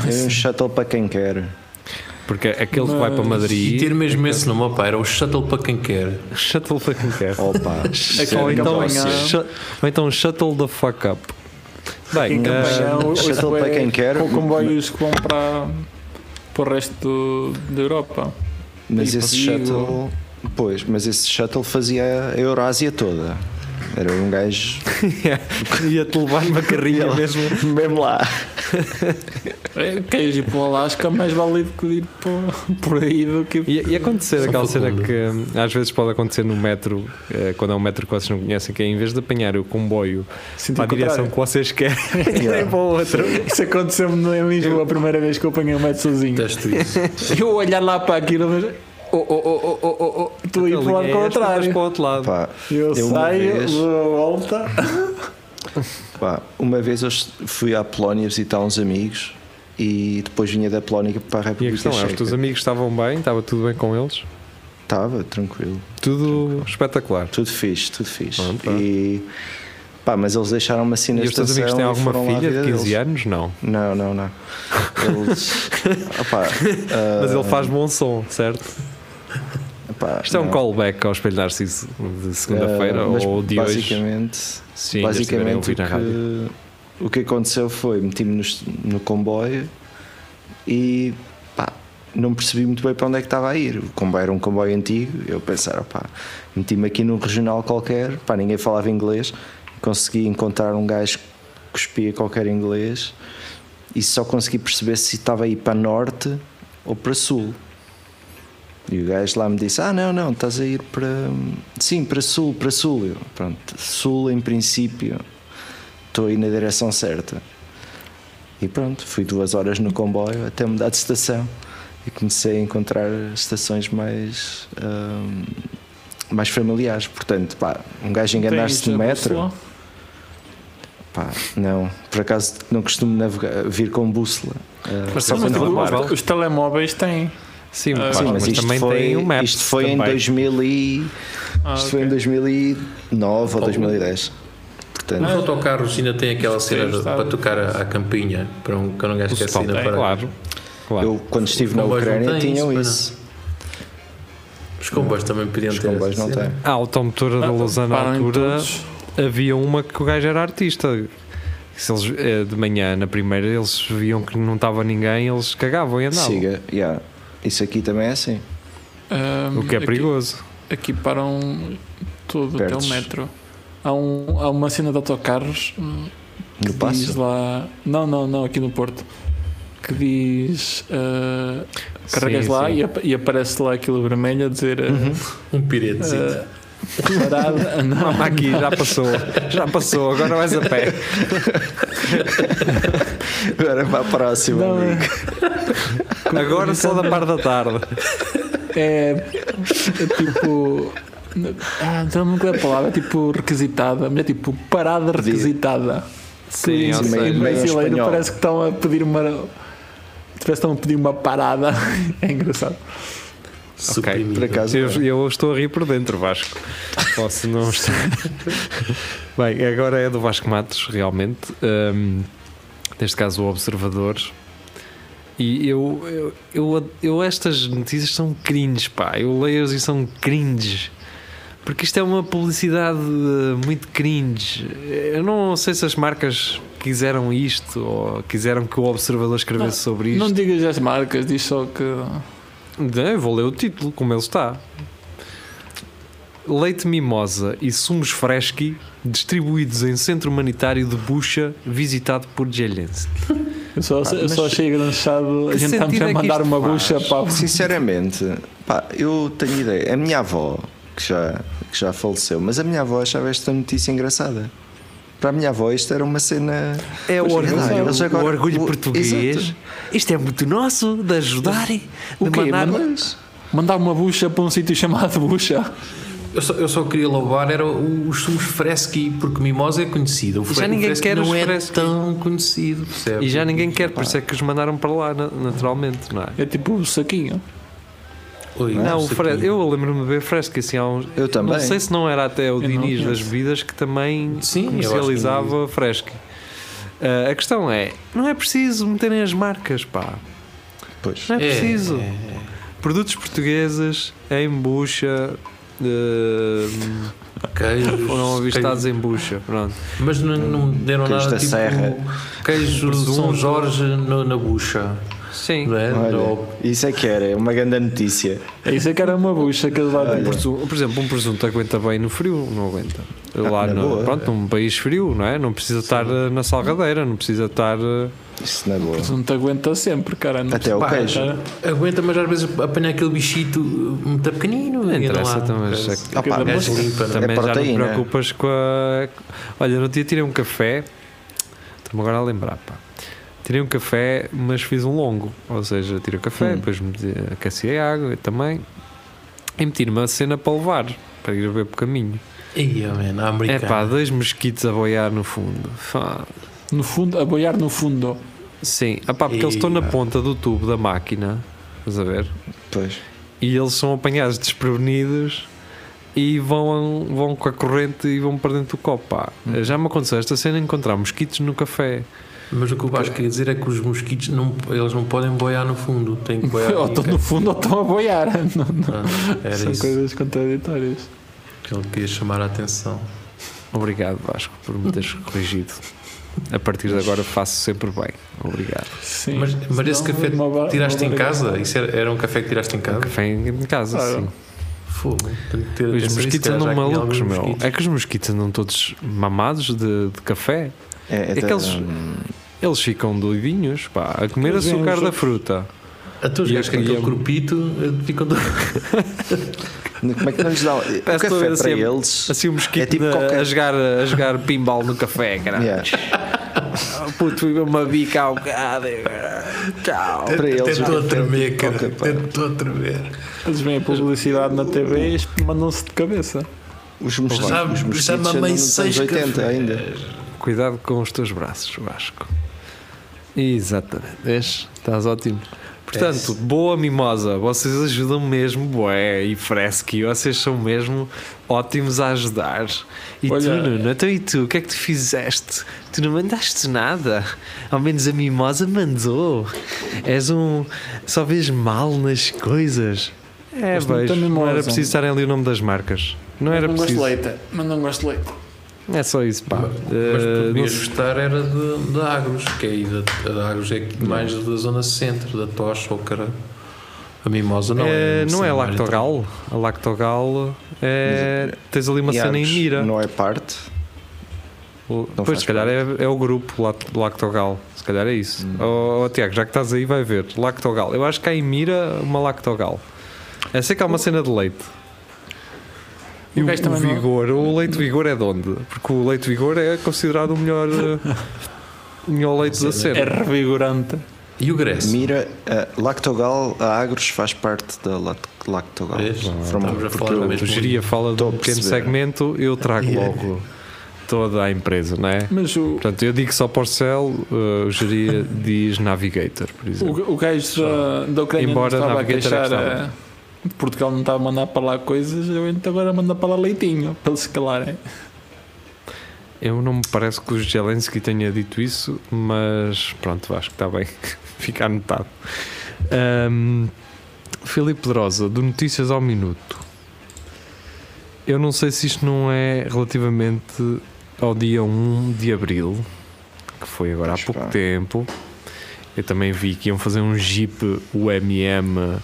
[SPEAKER 5] É um shuttle para quem quer.
[SPEAKER 3] Porque aquele que vai para
[SPEAKER 2] Mas-
[SPEAKER 3] Madrid.
[SPEAKER 4] E ter mesmo esse nome, opa, era o Shuttle para quem quer.
[SPEAKER 3] <laughs> Shuttle para quem quer.
[SPEAKER 2] <laughs>
[SPEAKER 5] Opa.
[SPEAKER 2] Aqui
[SPEAKER 3] Ou
[SPEAKER 2] em
[SPEAKER 3] então,
[SPEAKER 2] Campanhã-
[SPEAKER 3] shut- ou então shuttle the fuck up. Bem,
[SPEAKER 2] Em
[SPEAKER 3] eh,
[SPEAKER 2] Campanhã,
[SPEAKER 5] Ah,
[SPEAKER 2] ou- ou
[SPEAKER 5] shuttle
[SPEAKER 2] se
[SPEAKER 5] para
[SPEAKER 2] é
[SPEAKER 5] quem quer.
[SPEAKER 2] Com comboios que vão para, para o resto do- da Europa.
[SPEAKER 5] Mas
[SPEAKER 2] E
[SPEAKER 5] esse
[SPEAKER 2] perigo.
[SPEAKER 5] shuttle. Pois, mas esse shuttle fazia a Eurásia toda. Era um gajo
[SPEAKER 2] <laughs>
[SPEAKER 3] eh, <laughs> ia-te levar numa carrinha mesmo.
[SPEAKER 5] mesmo lá.
[SPEAKER 2] É, Queres ir para o Alasca, é mais vale do que ir por, <laughs> por aí do que
[SPEAKER 3] E, e acontecer
[SPEAKER 4] Só
[SPEAKER 3] aquela cena
[SPEAKER 4] facundo.
[SPEAKER 3] que hum, às vezes pode acontecer no metro, eh, quando é um metro que vocês não conhecem, que é em vez de apanhar o comboio
[SPEAKER 2] Sentido
[SPEAKER 3] para a direção
[SPEAKER 2] contrário.
[SPEAKER 3] que vocês querem, <laughs> irem para o outro.
[SPEAKER 2] Isso aconteceu-me em Lisboa a primeira vez que eu apanhei o metro sozinho.
[SPEAKER 4] Detesto isso.
[SPEAKER 2] Eu olhar lá para aquilo, mas. Oh, oh, oh, oh, oh, oh, oh, estou a ir para o
[SPEAKER 3] Então,
[SPEAKER 2] lado
[SPEAKER 3] linha é esta,
[SPEAKER 2] contrário.
[SPEAKER 3] vais Para o outro lado.
[SPEAKER 5] Pá,
[SPEAKER 2] Eu
[SPEAKER 5] Eu uma
[SPEAKER 2] saio,
[SPEAKER 5] vez-
[SPEAKER 2] dou a volta.
[SPEAKER 5] Pá, uma vez eu fui à Polónia visitar uns amigos e depois vinha da Polónia para a
[SPEAKER 3] E a
[SPEAKER 5] República
[SPEAKER 3] questão é, os
[SPEAKER 5] Checa.
[SPEAKER 3] teus amigos estavam bem, estava tudo bem com eles,
[SPEAKER 5] Estava tranquilo,
[SPEAKER 3] tudo espetacular.
[SPEAKER 5] tudo fixe, tudo fixe.
[SPEAKER 3] Pronto, pá.
[SPEAKER 5] e pá, mas eles deixaram uma assim na
[SPEAKER 3] E os teus
[SPEAKER 5] estação
[SPEAKER 3] amigos têm
[SPEAKER 5] e
[SPEAKER 3] alguma
[SPEAKER 5] foram lá à
[SPEAKER 3] filha
[SPEAKER 5] vida
[SPEAKER 3] de 15
[SPEAKER 5] deles.
[SPEAKER 3] anos? Não.
[SPEAKER 5] Não,
[SPEAKER 3] <laughs>
[SPEAKER 5] não, não. Eles, opá, ah,
[SPEAKER 3] Mas ele faz bom som, certo?
[SPEAKER 5] opá,
[SPEAKER 3] Isto é um
[SPEAKER 5] não.
[SPEAKER 3] callback ao Espelho Narciso de segunda-feira
[SPEAKER 5] Ah, mas
[SPEAKER 3] ou de hoje.
[SPEAKER 5] basicamente,
[SPEAKER 3] Sim, ainda estiverem a
[SPEAKER 5] basicamente
[SPEAKER 3] ouvir
[SPEAKER 5] o,
[SPEAKER 3] na rádio.
[SPEAKER 5] que, o que aconteceu foi meti-me nos- no, comboio e pá, não percebi muito bem para onde é que estava a ir. O comboio era um comboio antigo, eu pensava, pá, meti-me aqui num regional qualquer, pá, ninguém falava inglês, consegui encontrar um gajo que cuspia qualquer inglês e só consegui perceber se estava a ir para norte ou para sul. E o gajo lá me disse: Ah, não, não, estás a ir para. Sim, para sul, para sul. Eu, pronto, sul em princípio, estou aí na direção certa. E pronto, fui duas horas no comboio até mudar de estação e comecei a encontrar estações mais. ahm, mais familiares. Portanto, pá, um gajo enganar-se no
[SPEAKER 2] Tens a
[SPEAKER 5] metro.
[SPEAKER 2] bússola?
[SPEAKER 5] Pá, não, por acaso não costumo navegar- vir com bússola. Ah,
[SPEAKER 3] Mas
[SPEAKER 5] só
[SPEAKER 3] sim,
[SPEAKER 2] Mas
[SPEAKER 5] quando
[SPEAKER 3] não,
[SPEAKER 5] vou
[SPEAKER 2] os-
[SPEAKER 5] de
[SPEAKER 3] não,
[SPEAKER 5] barco.
[SPEAKER 3] não.
[SPEAKER 2] os telemóveis têm.
[SPEAKER 3] Sim,
[SPEAKER 2] Ah,
[SPEAKER 3] claro,
[SPEAKER 5] Sim,
[SPEAKER 3] mas,
[SPEAKER 5] mas isto
[SPEAKER 3] também
[SPEAKER 5] foi,
[SPEAKER 3] tem um map.
[SPEAKER 5] isto foi em
[SPEAKER 3] também.
[SPEAKER 5] 2000 e
[SPEAKER 2] Ah,
[SPEAKER 5] Isto foi em
[SPEAKER 2] ok.
[SPEAKER 5] 2009 ou 2010.
[SPEAKER 4] Os
[SPEAKER 5] Portanto,
[SPEAKER 4] autocarros ainda têm aquela cena de-
[SPEAKER 2] sabe.
[SPEAKER 4] para tocar a, a campinha, para um, que eu não gajo que é
[SPEAKER 3] Sim,
[SPEAKER 4] assim, para
[SPEAKER 3] Claro, claro.
[SPEAKER 5] eu quando estive na
[SPEAKER 4] Os comboios não
[SPEAKER 5] Ucrânia
[SPEAKER 4] têm
[SPEAKER 5] tinham
[SPEAKER 4] isso,
[SPEAKER 5] isso.
[SPEAKER 4] Os comboios também podiam
[SPEAKER 5] Os
[SPEAKER 4] ter. assim,
[SPEAKER 5] comboios
[SPEAKER 4] essa
[SPEAKER 5] não
[SPEAKER 4] cena.
[SPEAKER 5] têm.
[SPEAKER 3] A automotora da
[SPEAKER 2] Ah,
[SPEAKER 3] Lausanne à
[SPEAKER 2] param em
[SPEAKER 3] altura
[SPEAKER 2] todos.
[SPEAKER 3] havia uma que o gajo era artista. Se eles, eh, de manhã, na primeira, eles viam que não estava ninguém, eles cagavam e andavam.
[SPEAKER 5] Siga, yeah. Isso aqui também é assim.
[SPEAKER 2] Ahm,
[SPEAKER 3] O que é
[SPEAKER 2] aqui-
[SPEAKER 3] perigoso.
[SPEAKER 2] Aqui param todo até o
[SPEAKER 5] Perdes.
[SPEAKER 2] metro. Há, um, há uma cena de autocarros hum, que
[SPEAKER 5] No
[SPEAKER 2] diz
[SPEAKER 5] passo.
[SPEAKER 2] lá. Não, não, não, aqui no Porto. Que diz. ah, carregas
[SPEAKER 3] Sim,
[SPEAKER 2] lá
[SPEAKER 3] sim.
[SPEAKER 2] E, ap- e aparece lá aquilo vermelho a dizer. ah,
[SPEAKER 3] Uhum.
[SPEAKER 4] Um pirete.
[SPEAKER 2] ah, parada. <laughs> ah, não,
[SPEAKER 3] Ah, aqui já passou, já passou, agora vais a pé.
[SPEAKER 5] Agora para a próxima.
[SPEAKER 2] não, é-
[SPEAKER 5] amigo.
[SPEAKER 3] Agora só da parte da tarde.
[SPEAKER 2] é, é tipo. Ah, então não é a palavra, é tipo requisitada, mas é tipo parada requisitada.
[SPEAKER 3] Sim,
[SPEAKER 5] ou
[SPEAKER 2] sim,
[SPEAKER 5] seja,
[SPEAKER 2] em brasileiro
[SPEAKER 5] espanhol.
[SPEAKER 2] parece que estão a pedir uma. Parece que estão a pedir uma parada. <laughs> É engraçado.
[SPEAKER 4] Suprimido.
[SPEAKER 5] Por acaso,
[SPEAKER 3] Eu, eu estou a rir por dentro, Vasco. Posso não estar. Bem, agora é do Vasco Matos, realmente. Ahm, neste caso, o Observador. E eu, eu, eu, eu- estas notícias são cringe, pá. Eu leio-as e são cringe. Porque isto é uma publicidade eh, muito cringe. Eu não sei se as marcas quiseram isto ou quiseram que o Observador escrevesse sobre isto.
[SPEAKER 2] Não digas as marcas, diz só que.
[SPEAKER 3] Não, Né, eu vou ler o título, como ele está. Leite mimosa e sumos fresqui distribuídos em centro humanitário de Bucha, visitado por Jelensky.
[SPEAKER 2] Eu só, eu só achei engraçado.
[SPEAKER 3] Ah, que
[SPEAKER 2] A gente
[SPEAKER 3] sentido
[SPEAKER 2] está a
[SPEAKER 3] é que
[SPEAKER 2] mandar
[SPEAKER 3] isto
[SPEAKER 2] uma
[SPEAKER 3] faz?
[SPEAKER 2] bucha para.
[SPEAKER 5] sinceramente, pá, eu tenho ideia. A minha avó, que já, que já faleceu, mas a minha avó achava esta notícia engraçada. Para a minha avó, isto era uma cena.
[SPEAKER 6] É o
[SPEAKER 5] Pois,
[SPEAKER 6] orgulho,
[SPEAKER 5] lá, eles agora-
[SPEAKER 6] o orgulho
[SPEAKER 5] o-
[SPEAKER 6] português.
[SPEAKER 5] Exato.
[SPEAKER 6] Isto é muito nosso, de ajudar, de
[SPEAKER 2] O quê?
[SPEAKER 6] mandar.
[SPEAKER 2] Manda- Mandar uma bucha para um sítio chamado bucha.
[SPEAKER 4] Eu só, eu só queria louvar era o- os sumos freschi, porque mimosa é conhecida. O fre- o
[SPEAKER 6] ninguém
[SPEAKER 4] freschi
[SPEAKER 6] quer os
[SPEAKER 4] não é
[SPEAKER 6] freschi.
[SPEAKER 4] tão conhecido, percebe?
[SPEAKER 3] E já ninguém quer, por isso é que os mandaram para lá, na- naturalmente, não é?
[SPEAKER 2] É tipo o saquinho.
[SPEAKER 4] Oi,
[SPEAKER 3] Não, o
[SPEAKER 4] isso
[SPEAKER 3] Fre-
[SPEAKER 4] aqui.
[SPEAKER 3] eu lembro-me de ver fresco assim há uns.
[SPEAKER 5] Eu também.
[SPEAKER 3] Não sei se não era até o
[SPEAKER 2] não
[SPEAKER 3] Diniz das
[SPEAKER 2] conheço.
[SPEAKER 3] bebidas que também
[SPEAKER 4] Sim, eu acho que-
[SPEAKER 3] comercializava fresco. Ah, a questão é, não é preciso meterem as marcas, pá.
[SPEAKER 5] Pois.
[SPEAKER 3] Não é,
[SPEAKER 4] É,
[SPEAKER 3] preciso.
[SPEAKER 4] é,
[SPEAKER 3] Produtos portugueses em bucha. ah,
[SPEAKER 4] Queijos,
[SPEAKER 3] <laughs> foram avistados
[SPEAKER 4] queijos.
[SPEAKER 3] em bucha, pronto.
[SPEAKER 4] Mas não, não deram
[SPEAKER 5] Queijo da
[SPEAKER 4] nada tipo
[SPEAKER 5] Serra.
[SPEAKER 4] queijo de São
[SPEAKER 3] Presunto.
[SPEAKER 4] Jorge no- na bucha.
[SPEAKER 3] Sim.
[SPEAKER 4] Não é?
[SPEAKER 5] Olha,
[SPEAKER 4] Ou-
[SPEAKER 5] isso é que era, é uma grande notícia.
[SPEAKER 2] É isso é que era uma bucha que eles lá
[SPEAKER 3] Um
[SPEAKER 2] tinham.
[SPEAKER 3] presunto- por exemplo, um presunto aguenta bem no frio, não aguenta. Lá
[SPEAKER 5] Ah, na
[SPEAKER 3] no-
[SPEAKER 5] boa.
[SPEAKER 3] pronto, num país frio, não é? Não precisa estar eh, na salgadeira, não precisa estar. eh,
[SPEAKER 5] Isso na boa.
[SPEAKER 2] Não te aguenta sempre, cara. Não
[SPEAKER 5] Até É o
[SPEAKER 4] Pá, então,
[SPEAKER 5] queijo.
[SPEAKER 2] cara.
[SPEAKER 4] Aguenta, mas às vezes apanha aquele bichito muito pequenino.
[SPEAKER 3] Não
[SPEAKER 4] e anda
[SPEAKER 3] interessa
[SPEAKER 4] lá,
[SPEAKER 3] também,
[SPEAKER 4] parece.
[SPEAKER 3] é que-
[SPEAKER 5] Ah, pá,
[SPEAKER 4] O
[SPEAKER 5] mas-
[SPEAKER 4] gajo limpa, não é?
[SPEAKER 3] Também já não te
[SPEAKER 5] proteína.
[SPEAKER 3] preocupas com a. Olha, no dia tirei um café, estou-me agora a lembrar, pá. Tirei um café, mas fiz um longo. Ou seja, tirei o café,
[SPEAKER 5] Hum.
[SPEAKER 3] depois meti, aqueci a água eu também. E meti numa cena para levar, para ir a ver para o caminho.
[SPEAKER 4] Ia, oh, man, a
[SPEAKER 3] É
[SPEAKER 4] americana.
[SPEAKER 3] pá, dois mosquitos a boiar no fundo. Fá.
[SPEAKER 2] No fundo, a boiar no fundo.
[SPEAKER 3] Sim, ah, pá, porque eles estão na
[SPEAKER 4] Eita.
[SPEAKER 3] ponta do tubo da máquina, estás a ver?
[SPEAKER 5] Pois.
[SPEAKER 3] E eles são apanhados desprevenidos e vão, vão com a corrente e vão para dentro do copo. Pá. Eh, Já me aconteceu esta cena encontrar mosquitos no café.
[SPEAKER 4] Mas o que o Vasco queria dizer é que os mosquitos não, eles não podem boiar no fundo, têm que boiar.
[SPEAKER 2] <laughs> Ou
[SPEAKER 4] ali,
[SPEAKER 2] estão
[SPEAKER 4] cara.
[SPEAKER 2] no fundo ou estão a boiar. <laughs> Não, não.
[SPEAKER 4] Ah, Era
[SPEAKER 2] São
[SPEAKER 4] isso
[SPEAKER 2] coisas contraditórias.
[SPEAKER 4] que ele queria chamar a atenção.
[SPEAKER 3] Obrigado, Vasco, por me teres corrigido. A partir de agora faço sempre bem. Obrigado.
[SPEAKER 2] Sim.
[SPEAKER 4] Mas, mas esse
[SPEAKER 2] Senão,
[SPEAKER 4] café
[SPEAKER 2] uma ba-
[SPEAKER 4] tiraste
[SPEAKER 2] uma
[SPEAKER 4] em
[SPEAKER 2] barriga-
[SPEAKER 4] casa? Isso era, era um café que tiraste em casa?
[SPEAKER 3] Café em casa,
[SPEAKER 2] Claro.
[SPEAKER 3] sim.
[SPEAKER 4] Fogo, tenho que ter atenção a
[SPEAKER 3] Os
[SPEAKER 4] isso,
[SPEAKER 3] mosquitos
[SPEAKER 4] cara, já
[SPEAKER 3] andam
[SPEAKER 4] que tinha
[SPEAKER 3] malucos,
[SPEAKER 4] alguns
[SPEAKER 3] meu.
[SPEAKER 4] mosquitos.
[SPEAKER 3] É que os mosquitos andam todos mamados de, de café.
[SPEAKER 5] É,
[SPEAKER 3] É que
[SPEAKER 5] da-
[SPEAKER 3] eles- Eles ficam doidinhos, pá, a comer
[SPEAKER 2] Eles vêm
[SPEAKER 3] açúcar
[SPEAKER 2] os-
[SPEAKER 3] da fruta.
[SPEAKER 4] A tua
[SPEAKER 3] E
[SPEAKER 4] gajos com
[SPEAKER 3] é-
[SPEAKER 4] aquele
[SPEAKER 3] e é-
[SPEAKER 4] corpito eh, <laughs> ficam do...
[SPEAKER 5] Como é que não
[SPEAKER 4] <laughs>
[SPEAKER 5] lhes dá? O
[SPEAKER 3] Parece que
[SPEAKER 5] café para
[SPEAKER 3] assim,
[SPEAKER 5] eles.
[SPEAKER 3] Assim um mosquito
[SPEAKER 5] É tipo
[SPEAKER 3] na-
[SPEAKER 5] qualquer-
[SPEAKER 3] a, jogar, a jogar pinball no café, caralho.
[SPEAKER 5] Yeah.
[SPEAKER 3] Puto, fui ver uma bica ao bocado. Tchau.
[SPEAKER 5] Para eles.
[SPEAKER 4] Até estou a tremer, cara.
[SPEAKER 5] Qualquer
[SPEAKER 4] Até estou a tremer.
[SPEAKER 2] Eles veem a publicidade na TV e mandam-se de cabeça.
[SPEAKER 5] Os mosquitos.
[SPEAKER 4] Já-
[SPEAKER 5] os
[SPEAKER 4] já
[SPEAKER 5] mosquitos
[SPEAKER 4] mamei
[SPEAKER 5] andam nos anos
[SPEAKER 4] seis
[SPEAKER 5] 80
[SPEAKER 4] cafés. Eh,
[SPEAKER 5] ainda.
[SPEAKER 3] Cuidado com os teus braços, Vasco. Exatamente. Vês? Estás ótimo. Portanto, boa mimosa, vocês ajudam mesmo, boé, e fresque, vocês são mesmo ótimos a ajudar. E tu,
[SPEAKER 2] Olha-
[SPEAKER 3] Nuno, então e tu, o que é que tu fizeste? Tu não mandaste nada, ao menos a mimosa mandou. És um. só vês mal nas coisas. É,
[SPEAKER 2] Mas não
[SPEAKER 3] vejo,
[SPEAKER 2] tem
[SPEAKER 3] não era
[SPEAKER 2] mimosa.
[SPEAKER 3] preciso estarem ali o nome das marcas. Não era preciso.
[SPEAKER 2] leite. Mas não gosto de leite.
[SPEAKER 3] É só isso, pá.
[SPEAKER 4] Mas
[SPEAKER 3] Eh, não
[SPEAKER 4] podia
[SPEAKER 3] se-
[SPEAKER 4] gostar era de, de Agros, que é aí da, da Agros é que mais
[SPEAKER 3] Hum.
[SPEAKER 4] da zona centro, da Tocha ou cara. A mimosa não é.
[SPEAKER 3] É, não é
[SPEAKER 4] assim,
[SPEAKER 3] Lactogal. A Lactogal é, tens ali uma
[SPEAKER 5] eh, E
[SPEAKER 3] cena em
[SPEAKER 5] Argos
[SPEAKER 3] mira.
[SPEAKER 5] Não é parte.
[SPEAKER 3] O-
[SPEAKER 5] não
[SPEAKER 3] pois,
[SPEAKER 5] faz
[SPEAKER 3] se calhar é, é o grupo Lact- Lactogal. Se calhar é isso.
[SPEAKER 5] Hum.
[SPEAKER 3] Oh, oh, Tiago, já que estás aí, vai ver. Lactogal. Eu acho que há em mira uma Lactogal. É sei que há uma cena de leite. E
[SPEAKER 2] O
[SPEAKER 3] o,
[SPEAKER 2] gajo
[SPEAKER 3] o
[SPEAKER 2] também não-
[SPEAKER 3] vigor, o leite vigor é de onde? Porque o leite vigor é considerado o melhor, eh, o melhor leite da cena.
[SPEAKER 2] É revigorante.
[SPEAKER 4] E o Gresso?
[SPEAKER 5] Mira, a Lactogal, a Agros faz parte da Lac- Lactogal.
[SPEAKER 4] Vês?
[SPEAKER 5] From-
[SPEAKER 4] Estamos a
[SPEAKER 5] porque
[SPEAKER 4] falar da
[SPEAKER 5] eu-
[SPEAKER 4] mesma
[SPEAKER 3] O geria fala de
[SPEAKER 5] Estou
[SPEAKER 3] um
[SPEAKER 5] a
[SPEAKER 3] pequeno
[SPEAKER 5] perceber. é
[SPEAKER 3] segmento, eu trago logo toda a empresa, não é?
[SPEAKER 2] Mas o,
[SPEAKER 3] Portanto, eu digo só Porcel, uh, o Geria <laughs> diz Navigator, por exemplo.
[SPEAKER 2] o, o gajo da, da Ucrânia
[SPEAKER 3] Embora
[SPEAKER 2] não estava a
[SPEAKER 3] navegue
[SPEAKER 2] queixar
[SPEAKER 3] terá que
[SPEAKER 2] eh, de Portugal não estava a mandar para lá coisas, eu então agora manda para lá leitinho, para eles se calarem.
[SPEAKER 3] Eu não me parece que o Zelensky tenha dito isso, mas pronto, acho que está bem. <laughs> Fica anotado. Um, Filipe Pedrosa, do Notícias ao Minuto. Eu não sei se isto não é relativamente ao dia 1 de Abril, que foi agora há
[SPEAKER 5] Pois
[SPEAKER 3] pouco
[SPEAKER 5] pá.
[SPEAKER 3] tempo. Eu também vi que iam fazer um Jeep UMM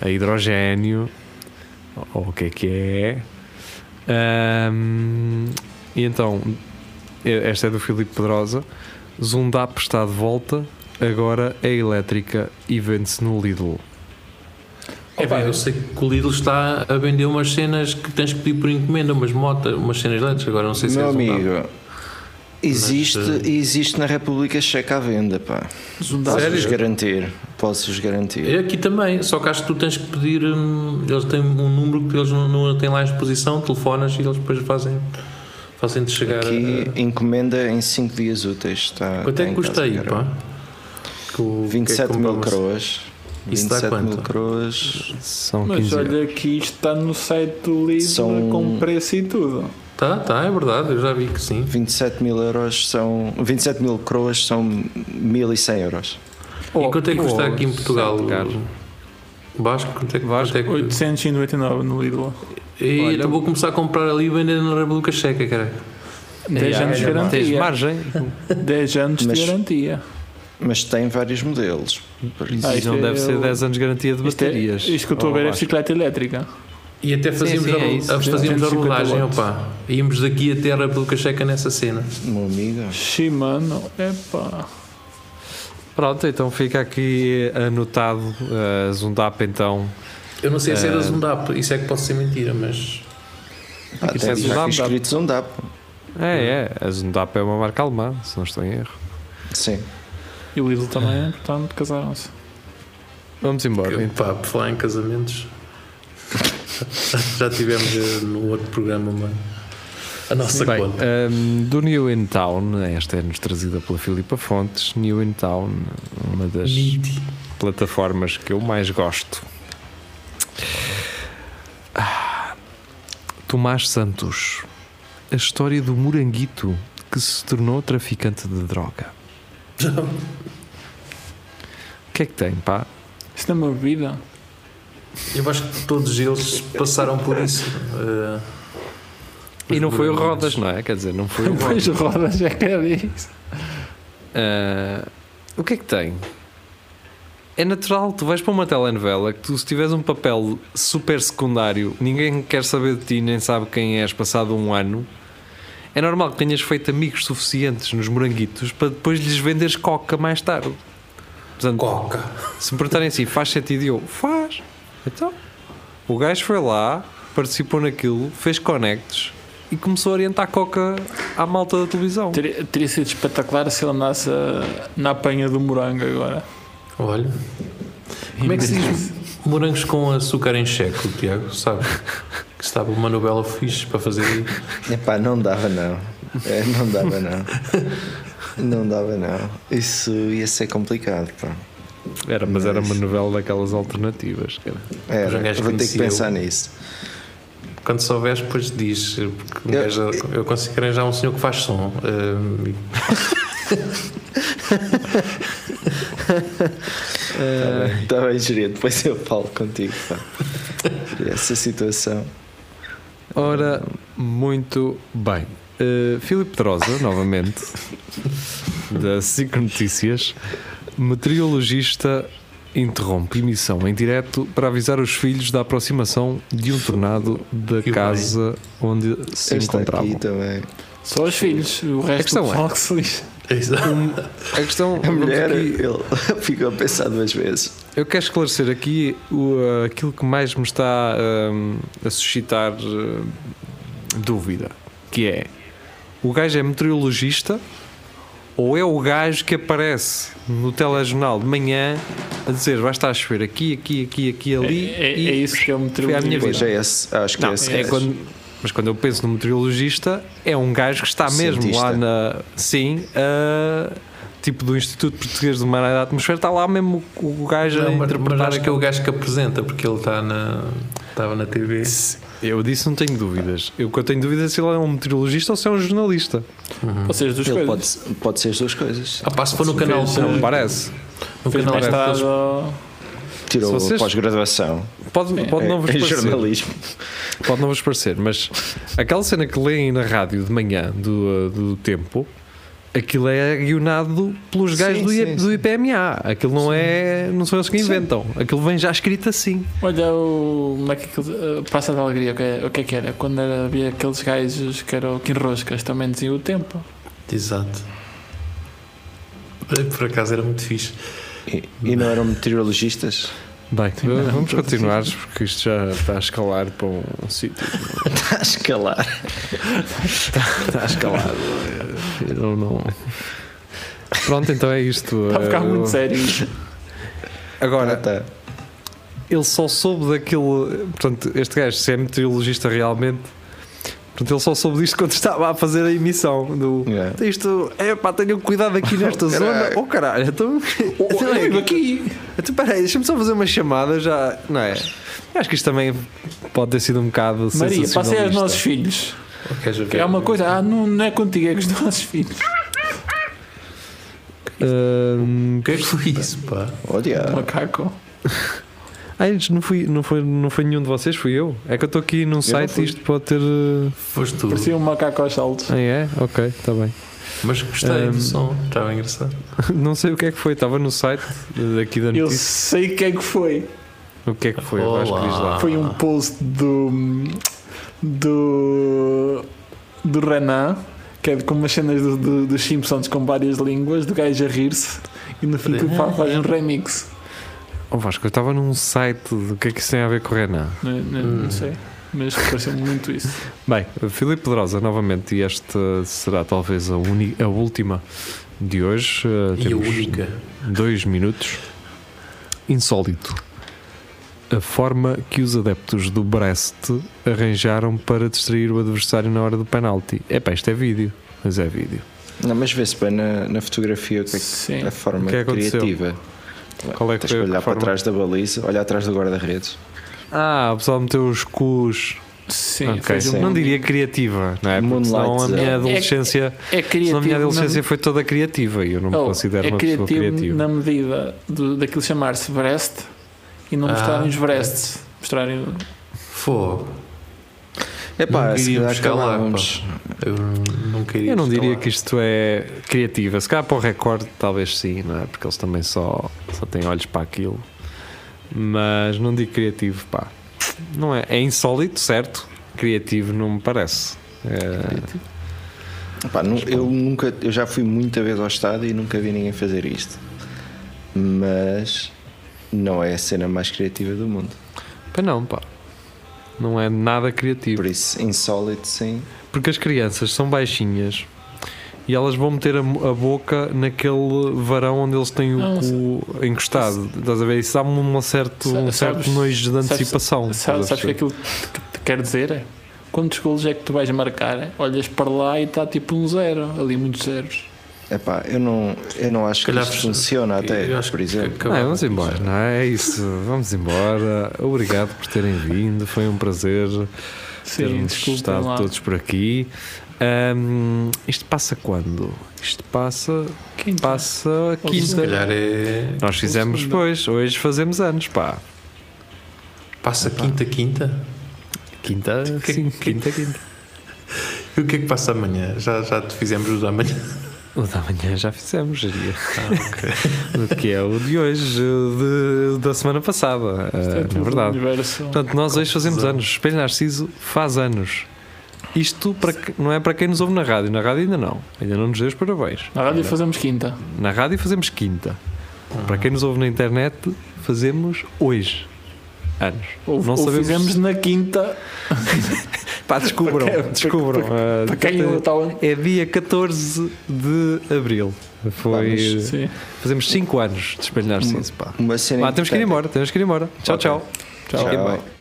[SPEAKER 3] a hidrogênio, ou o que é que é. Um, e então, e- esta é do Filipe Pedrosa. Zundap está de volta, agora é elétrica e vende-se no Lidl.
[SPEAKER 4] É pá, eu sei que o Lidl está a vender umas cenas que tens que pedir por encomenda, umas motas, umas cenas elétricas. Agora não sei se um
[SPEAKER 5] Meu
[SPEAKER 4] é resultado.
[SPEAKER 5] amigo, Existe,
[SPEAKER 4] Mas, eh,
[SPEAKER 5] existe na República Checa à venda, pá. Posso-vos
[SPEAKER 4] Sério?
[SPEAKER 5] garantir. Posso-vos garantir.
[SPEAKER 4] É aqui também, só que acho que tu tens que pedir. hum, Eles têm um número que eles não, não têm lá à exposição, telefonas e eles depois fazem. Fazem-te chegar.
[SPEAKER 5] Aqui
[SPEAKER 4] a-
[SPEAKER 5] encomenda em 5 dias úteis. Está,
[SPEAKER 4] Quanto é
[SPEAKER 5] está
[SPEAKER 4] que
[SPEAKER 5] em
[SPEAKER 4] custa
[SPEAKER 5] casa, um
[SPEAKER 4] aí,
[SPEAKER 5] cara.
[SPEAKER 4] pá? Que o- que é que
[SPEAKER 5] 27 mil
[SPEAKER 4] comprava-se?
[SPEAKER 5] croas.
[SPEAKER 4] Isso dá
[SPEAKER 5] 27 mil
[SPEAKER 4] quanto?
[SPEAKER 5] croas.
[SPEAKER 3] São
[SPEAKER 2] Mas
[SPEAKER 3] 15 euros.
[SPEAKER 2] olha que isto está no site do Lidl
[SPEAKER 5] São-
[SPEAKER 2] com preço e tudo.
[SPEAKER 4] Tá, tá, é verdade, eu já vi que sim.
[SPEAKER 5] 27 mil euros são. 27 mil croas são 1100 euros.
[SPEAKER 4] e quanto é que custa aqui em Portugal?
[SPEAKER 3] Oh, sete, cara.
[SPEAKER 4] Vasco, quanto é que.
[SPEAKER 3] Vasco,
[SPEAKER 4] quanto é que...
[SPEAKER 2] 899 no Lidl.
[SPEAKER 4] E eu vou começar a comprar ali e vender na República Checa, cara.
[SPEAKER 2] 10 anos de
[SPEAKER 3] Tens
[SPEAKER 2] garantia.
[SPEAKER 3] margem.
[SPEAKER 2] 10 anos
[SPEAKER 5] Mas-
[SPEAKER 2] de garantia.
[SPEAKER 5] Mas tem vários modelos. Por isso.
[SPEAKER 2] Ah,
[SPEAKER 3] e
[SPEAKER 2] isto
[SPEAKER 3] não
[SPEAKER 2] é
[SPEAKER 3] deve ser
[SPEAKER 2] o-
[SPEAKER 3] 10 anos de garantia de
[SPEAKER 2] Isto, é,
[SPEAKER 3] baterias. Oh,
[SPEAKER 2] isto que eu estou a ver é
[SPEAKER 3] Ou-
[SPEAKER 2] bicicleta elétrica.
[SPEAKER 4] E até fazíamos,
[SPEAKER 3] sim,
[SPEAKER 4] a,
[SPEAKER 3] é isso.
[SPEAKER 4] a- fazíamos a
[SPEAKER 2] 150
[SPEAKER 4] rolagem,
[SPEAKER 2] watts.
[SPEAKER 4] opá. Íamos daqui até a República Checa nessa cena.
[SPEAKER 5] Meu amigo.
[SPEAKER 2] Shimano, epá.
[SPEAKER 3] Pronto, então fica aqui anotado a Zundap então.
[SPEAKER 4] Eu não sei se é
[SPEAKER 3] Eh,
[SPEAKER 4] da Zundap, isso é que pode ser mentira, mas.
[SPEAKER 5] Ah,
[SPEAKER 3] Aqui
[SPEAKER 5] tem
[SPEAKER 4] é
[SPEAKER 3] tem
[SPEAKER 5] aqui
[SPEAKER 4] um
[SPEAKER 3] Zundap.
[SPEAKER 5] escrito Zundap.
[SPEAKER 2] Hum.
[SPEAKER 3] É, é, a Zundap é uma marca alemã, se não estou em erro.
[SPEAKER 5] Sim.
[SPEAKER 2] E o Lidl também, portanto, casaram-se.
[SPEAKER 3] Vamos embora.
[SPEAKER 4] Eu, pá, por falar em casamentos. <laughs> já tivemos eh, no outro programa, mano. A nossa
[SPEAKER 3] Bem,
[SPEAKER 4] conta.
[SPEAKER 3] hum, do New in Town, esta é-nos trazida pela Filipa Fontes. New in Town, uma das plataformas que eu mais gosto. Ah, Tomás Santos, a história do moranguito que se tornou traficante de droga. O que é que tem, pá?
[SPEAKER 2] Isso não é uma vida.
[SPEAKER 4] Eu acho que todos eles passaram por isso. eh,
[SPEAKER 3] E não foi o
[SPEAKER 4] moranguitos.
[SPEAKER 3] Rodas, não é? Quer dizer,
[SPEAKER 2] <laughs>
[SPEAKER 3] não foi o Rodas.
[SPEAKER 2] Depois rodas, já que era isso.
[SPEAKER 3] Ah, o que é que tem? É natural, tu vais para uma telenovela que tu, se tiveres um papel super secundário, ninguém quer saber de ti, nem sabe quem és passado um ano. É normal que tenhas feito amigos suficientes nos moranguitos para depois lhes venderes coca mais tarde. Portanto,
[SPEAKER 4] Coca.
[SPEAKER 3] se me perguntarem assim, faz sentido? E Eu, faz. Então, o gajo foi lá, participou naquilo, fez conectos e começou a orientar a coca à malta da televisão.
[SPEAKER 2] Teria, teria sido espetacular se ele andasse ah, na apanha do morango agora.
[SPEAKER 4] Olha. Como é que se diz morangos com açúcar em checo, Tiago? Sabe? Que estava uma novela fixe para fazer. aí.
[SPEAKER 5] Epá, não dava não. É, não dava
[SPEAKER 4] <laughs>
[SPEAKER 5] não. Não dava não. Isso ia ser complicado, pá.
[SPEAKER 3] Era, mas era uma
[SPEAKER 5] Nice.
[SPEAKER 3] novela daquelas alternativas. cara.
[SPEAKER 5] Era,
[SPEAKER 4] Mas um gajo
[SPEAKER 5] vou ter que
[SPEAKER 4] conhecia-o.
[SPEAKER 5] pensar nisso.
[SPEAKER 4] Quando souberes, depois diz. Porque um
[SPEAKER 5] Eu-
[SPEAKER 4] gajo- eu, consigo arranjar um senhor que faz som. eh, e-
[SPEAKER 5] Está Tá bem, gerido. Depois eu falo contigo, pá. Essa situação.
[SPEAKER 3] Ora, muito bem. Uh, Filipe Pedrosa, novamente, da SIC Notícias, meteorologista interrompe emissão em direto para avisar os filhos da aproximação de um tornado da
[SPEAKER 4] Que bem.
[SPEAKER 3] casa onde se
[SPEAKER 5] Este aqui tá-
[SPEAKER 3] encontravam.
[SPEAKER 5] também.
[SPEAKER 2] Só os filhos, o resto
[SPEAKER 3] questão
[SPEAKER 2] do
[SPEAKER 3] é-
[SPEAKER 2] pessoal que se lixa.
[SPEAKER 3] A questão,
[SPEAKER 5] A mulher,
[SPEAKER 3] vamos aqui-
[SPEAKER 5] ele <laughs> ficou a pensar duas vezes.
[SPEAKER 3] eu quero esclarecer aqui o, uh, aquilo que mais me está um, a suscitar uh, dúvida, que é o gajo é meteorologista ou é o gajo que aparece no telejornal de manhã a dizer vai estar a chover aqui, aqui, aqui, aqui,
[SPEAKER 2] É,
[SPEAKER 3] ali
[SPEAKER 2] é,
[SPEAKER 3] e
[SPEAKER 2] é isso que é o
[SPEAKER 3] foi à
[SPEAKER 2] meteorologista.
[SPEAKER 3] minha vida.
[SPEAKER 5] Pois é esse, acho que
[SPEAKER 3] Não,
[SPEAKER 5] é esse.
[SPEAKER 3] é
[SPEAKER 5] gajo.
[SPEAKER 3] quando- mas quando eu penso no meteorologista, é um gajo que está mesmo
[SPEAKER 5] Cientista.
[SPEAKER 3] lá na. Sim, a- tipo do Instituto Português de Mar e da Atmosfera, está lá mesmo o, o gajo
[SPEAKER 4] Não,
[SPEAKER 3] a
[SPEAKER 4] mas, mas
[SPEAKER 3] interpretar
[SPEAKER 4] acho que é o gajo que apresenta, porque ele está na, estava na TV.
[SPEAKER 3] Eu disse não tenho dúvidas. Eu, o que eu tenho dúvidas é se ele é um meteorologista ou se é um jornalista.
[SPEAKER 2] Ou seja, dos
[SPEAKER 5] Ele
[SPEAKER 2] coisas.
[SPEAKER 5] pode, pode ser as duas coisas.
[SPEAKER 4] Ah, pá, se for no canal
[SPEAKER 2] Fez,
[SPEAKER 4] público,
[SPEAKER 3] Parece.
[SPEAKER 4] no
[SPEAKER 2] Fez
[SPEAKER 4] canal
[SPEAKER 2] mais tarde.
[SPEAKER 4] público,
[SPEAKER 2] ao-
[SPEAKER 5] Tirou
[SPEAKER 3] Se vocês-
[SPEAKER 5] pós-graduação.
[SPEAKER 3] Pode, pode,
[SPEAKER 5] É,
[SPEAKER 3] não vos
[SPEAKER 5] em
[SPEAKER 3] parecer,
[SPEAKER 5] jornalismo.
[SPEAKER 3] pode não vos parecer, mas aquela cena que leem na rádio de manhã do, uh, do tempo, aquilo é guionado pelos
[SPEAKER 5] Sim,
[SPEAKER 3] gajos do, I-
[SPEAKER 5] sim,
[SPEAKER 3] do IPMA. Aquilo não é. Não são eles que inventam. Aquilo vem já escrito assim.
[SPEAKER 2] Olha o. Como é que aquilo- eh, Passa da alegria, o que, é, o que é que era? Quando era- havia aqueles gajos que eram que enroscas, também diziam o tempo.
[SPEAKER 4] Exato. Olha, Por acaso era muito fixe.
[SPEAKER 5] E, e não eram meteorologistas? <laughs>
[SPEAKER 3] Bem, vamos continuar
[SPEAKER 5] assim.
[SPEAKER 3] porque isto já está a escalar para um sítio. <laughs>
[SPEAKER 5] Está a escalar.
[SPEAKER 3] Está a escalar. Eu não. Pronto, então é isto.
[SPEAKER 2] Está
[SPEAKER 5] Tá
[SPEAKER 2] Tá a ficar
[SPEAKER 3] Eu-
[SPEAKER 2] muito
[SPEAKER 3] <laughs>
[SPEAKER 2] sério.
[SPEAKER 3] Agora,
[SPEAKER 5] Ah, tá.
[SPEAKER 3] ele só soube daquilo. Portanto, este gajo, se é meteorologista realmente, portanto, ele só soube disto <laughs> quando estava a fazer a emissão do.
[SPEAKER 5] Yeah.
[SPEAKER 3] Isto é pá, tenham cuidado aqui nesta zona. Oh <laughs> caralho, <laughs> então. então é
[SPEAKER 2] eu
[SPEAKER 3] que-
[SPEAKER 2] aqui.
[SPEAKER 3] Então, peraí, deixa-me só fazer uma chamada já. Não é? Eu Acho que isto também pode ter sido um bocado.
[SPEAKER 2] Maria, passei aos
[SPEAKER 3] sensacionalista.
[SPEAKER 2] nossos filhos.
[SPEAKER 4] Queres ver?
[SPEAKER 2] Que é uma coisa, ah, não, não é contigo, é com os nossos
[SPEAKER 3] <laughs>
[SPEAKER 2] filhos.
[SPEAKER 3] Ahm,
[SPEAKER 4] O que é que foi isso, pá?
[SPEAKER 5] Olha,
[SPEAKER 2] Macaco.
[SPEAKER 3] Ah, isto não, fui, não, foi, não foi nenhum de vocês, fui eu. É que eu estou aqui num site e
[SPEAKER 5] fui.
[SPEAKER 3] isto pode ter. uh,
[SPEAKER 4] Foste tu.
[SPEAKER 2] Parecia um macaco aos saltos.
[SPEAKER 3] Ah, é? Ok, está bem. <laughs>
[SPEAKER 4] Mas gostei
[SPEAKER 3] Ahm.
[SPEAKER 4] do som. Estava engraçado.
[SPEAKER 3] Não sei o que é que foi, estava no site uh, aqui da
[SPEAKER 2] Eu
[SPEAKER 3] notícia.
[SPEAKER 2] sei quem é que foi.
[SPEAKER 3] O que é que foi? Acho que diz lá.
[SPEAKER 4] Olá.
[SPEAKER 2] Foi um post do. do. do Renan, que é com umas cenas do- do- dos Simpsons com várias línguas, do gajo a rir-se, e no fim tu fa- faz um remix.
[SPEAKER 3] Oh, Vasco, eu estava num site. O que é que isso tem a ver com o Renan?
[SPEAKER 2] Não, é, não- não
[SPEAKER 3] Hum.
[SPEAKER 2] sei. Mas pareceu muito isso.
[SPEAKER 3] Bem, Filipe Pedrosa, novamente, e esta será talvez a, uni- a última de hoje. Uh,
[SPEAKER 4] E a
[SPEAKER 3] temos
[SPEAKER 4] única.
[SPEAKER 3] dois minutos. Insólito. A forma que os adeptos do Brest arranjaram para distrair o adversário na hora do penalti. Epá, isto é vídeo. Mas é vídeo.
[SPEAKER 5] não, mas vê-se bem na, na fotografia o que é que-
[SPEAKER 2] Sim.
[SPEAKER 5] a forma
[SPEAKER 3] O que é que aconteceu?
[SPEAKER 5] criativa.
[SPEAKER 3] Qual é que
[SPEAKER 5] Tens que
[SPEAKER 3] foi a
[SPEAKER 5] olhar para
[SPEAKER 3] forma?
[SPEAKER 5] trás da baliza, olhar atrás do guarda-redes.
[SPEAKER 3] Ah, o pessoal meteu os cus.
[SPEAKER 2] Sim,
[SPEAKER 3] é- Ok.
[SPEAKER 2] fez um-
[SPEAKER 3] Não diria criativa, não é? Porque
[SPEAKER 5] Moonlight
[SPEAKER 3] senão a
[SPEAKER 5] Zone.
[SPEAKER 3] minha
[SPEAKER 2] É-
[SPEAKER 3] adolescência,
[SPEAKER 2] É
[SPEAKER 3] senão a minha
[SPEAKER 2] criativo.
[SPEAKER 3] adolescência
[SPEAKER 2] na-
[SPEAKER 3] foi toda criativa e eu não me
[SPEAKER 2] Oh,
[SPEAKER 3] considero
[SPEAKER 2] é
[SPEAKER 3] uma pessoa
[SPEAKER 2] criativo
[SPEAKER 3] criativa.
[SPEAKER 2] na medida do, daquilo chamar-se Brest e não
[SPEAKER 4] Ah,
[SPEAKER 2] mostrarem
[SPEAKER 3] é.
[SPEAKER 2] os breasts. Mostrarem.
[SPEAKER 4] Fogo.
[SPEAKER 5] É pá,
[SPEAKER 4] Não
[SPEAKER 5] se calhar
[SPEAKER 4] iríamos calar,
[SPEAKER 5] acabávamos.
[SPEAKER 4] Eu não queria.
[SPEAKER 3] Eu não diria
[SPEAKER 4] falar.
[SPEAKER 3] que isto é criativa. Se calhar para o recorde, talvez sim, não é? Porque eles também só, só têm olhos para aquilo. Mas não digo criativo, pá. Não é, é insólito, certo? Criativo não me parece. É,
[SPEAKER 2] tipo,
[SPEAKER 5] Pá, nu- eu nunca, eu já fui muita vez ao estádio e nunca vi ninguém fazer isto. Mas não é a cena mais criativa do mundo.
[SPEAKER 3] pá, não, pá. Não é nada criativo.
[SPEAKER 5] Por isso, insólito sim.
[SPEAKER 3] Porque as crianças são baixinhas e elas vão meter a, mo- a boca naquele varão onde eles têm o
[SPEAKER 2] Não,
[SPEAKER 3] cu encostado. Estás a ver? Isso dá-me um certo, um
[SPEAKER 2] Sabes-
[SPEAKER 3] certo nojo de
[SPEAKER 2] sabes-
[SPEAKER 3] antecipação.
[SPEAKER 2] Sabe,
[SPEAKER 3] Estás a
[SPEAKER 2] sabes o que é
[SPEAKER 3] perceber?
[SPEAKER 2] aquilo que te quer dizer? é? Quantos golos é que tu vais marcar? Olhas para lá e está tipo um zero, ali muitos zeros.
[SPEAKER 5] É pá, eu não, eu não acho que
[SPEAKER 4] Calhar
[SPEAKER 5] isto
[SPEAKER 4] fos-
[SPEAKER 5] funciona
[SPEAKER 4] Eu
[SPEAKER 5] até,
[SPEAKER 4] acho
[SPEAKER 5] por
[SPEAKER 4] que
[SPEAKER 5] exemplo.
[SPEAKER 3] Não,
[SPEAKER 4] acabava.
[SPEAKER 3] vamos embora, não é? É isso. Vamos embora. Obrigado por terem vindo. Foi um prazer
[SPEAKER 2] Sim,
[SPEAKER 3] termos
[SPEAKER 2] desculpa.
[SPEAKER 3] um estado
[SPEAKER 2] lá.
[SPEAKER 3] todos por aqui. Ahm, isto passa quando? Isto passa.
[SPEAKER 2] Quinta.
[SPEAKER 3] Passa
[SPEAKER 2] Ou
[SPEAKER 4] Se
[SPEAKER 3] quinta.
[SPEAKER 4] calhar é.
[SPEAKER 3] Nós fizemos,
[SPEAKER 2] segunda.
[SPEAKER 3] pois, hoje fazemos anos, pá.
[SPEAKER 4] Passa quinta, quinta. é
[SPEAKER 3] Quinta, sim, quinta, quinta.
[SPEAKER 4] E o que é que passa amanhã? Já, já te fizemos o da manhã.
[SPEAKER 3] O da manhã já fizemos, diria.
[SPEAKER 2] Ah,
[SPEAKER 3] <laughs> O que é o de hoje, o de- da semana passada,
[SPEAKER 2] Isto
[SPEAKER 3] ah,
[SPEAKER 2] tudo
[SPEAKER 3] na
[SPEAKER 2] um
[SPEAKER 3] verdade.
[SPEAKER 2] universo.
[SPEAKER 3] Portanto, nós hoje fazemos anos. Espelho Narciso faz anos. Isto para que- não é para quem nos ouve na rádio. Na rádio ainda não. Ainda não nos deu os parabéns.
[SPEAKER 2] Na rádio fazemos quinta.
[SPEAKER 3] Na rádio fazemos quinta.
[SPEAKER 2] Ah.
[SPEAKER 3] Para quem nos ouve na internet, fazemos hoje. Anos.
[SPEAKER 2] Ou, ou fizemos na quinta.
[SPEAKER 3] Pá, descubram.
[SPEAKER 2] <laughs> Para quem-
[SPEAKER 3] descubram. Ah,
[SPEAKER 2] Para quem
[SPEAKER 3] portanto,
[SPEAKER 2] está
[SPEAKER 3] é dia 14 de abril. Foi.
[SPEAKER 2] Sim.
[SPEAKER 3] Fazemos 5 anos de Espelho Narciso. Pá.
[SPEAKER 5] Uma cena
[SPEAKER 3] Ah, temos que ir
[SPEAKER 5] importante.
[SPEAKER 3] embora. Temos que ir embora. Tchau,
[SPEAKER 5] Hum, Ok.
[SPEAKER 3] tchau.
[SPEAKER 5] Tchau.
[SPEAKER 3] Fiquem bem.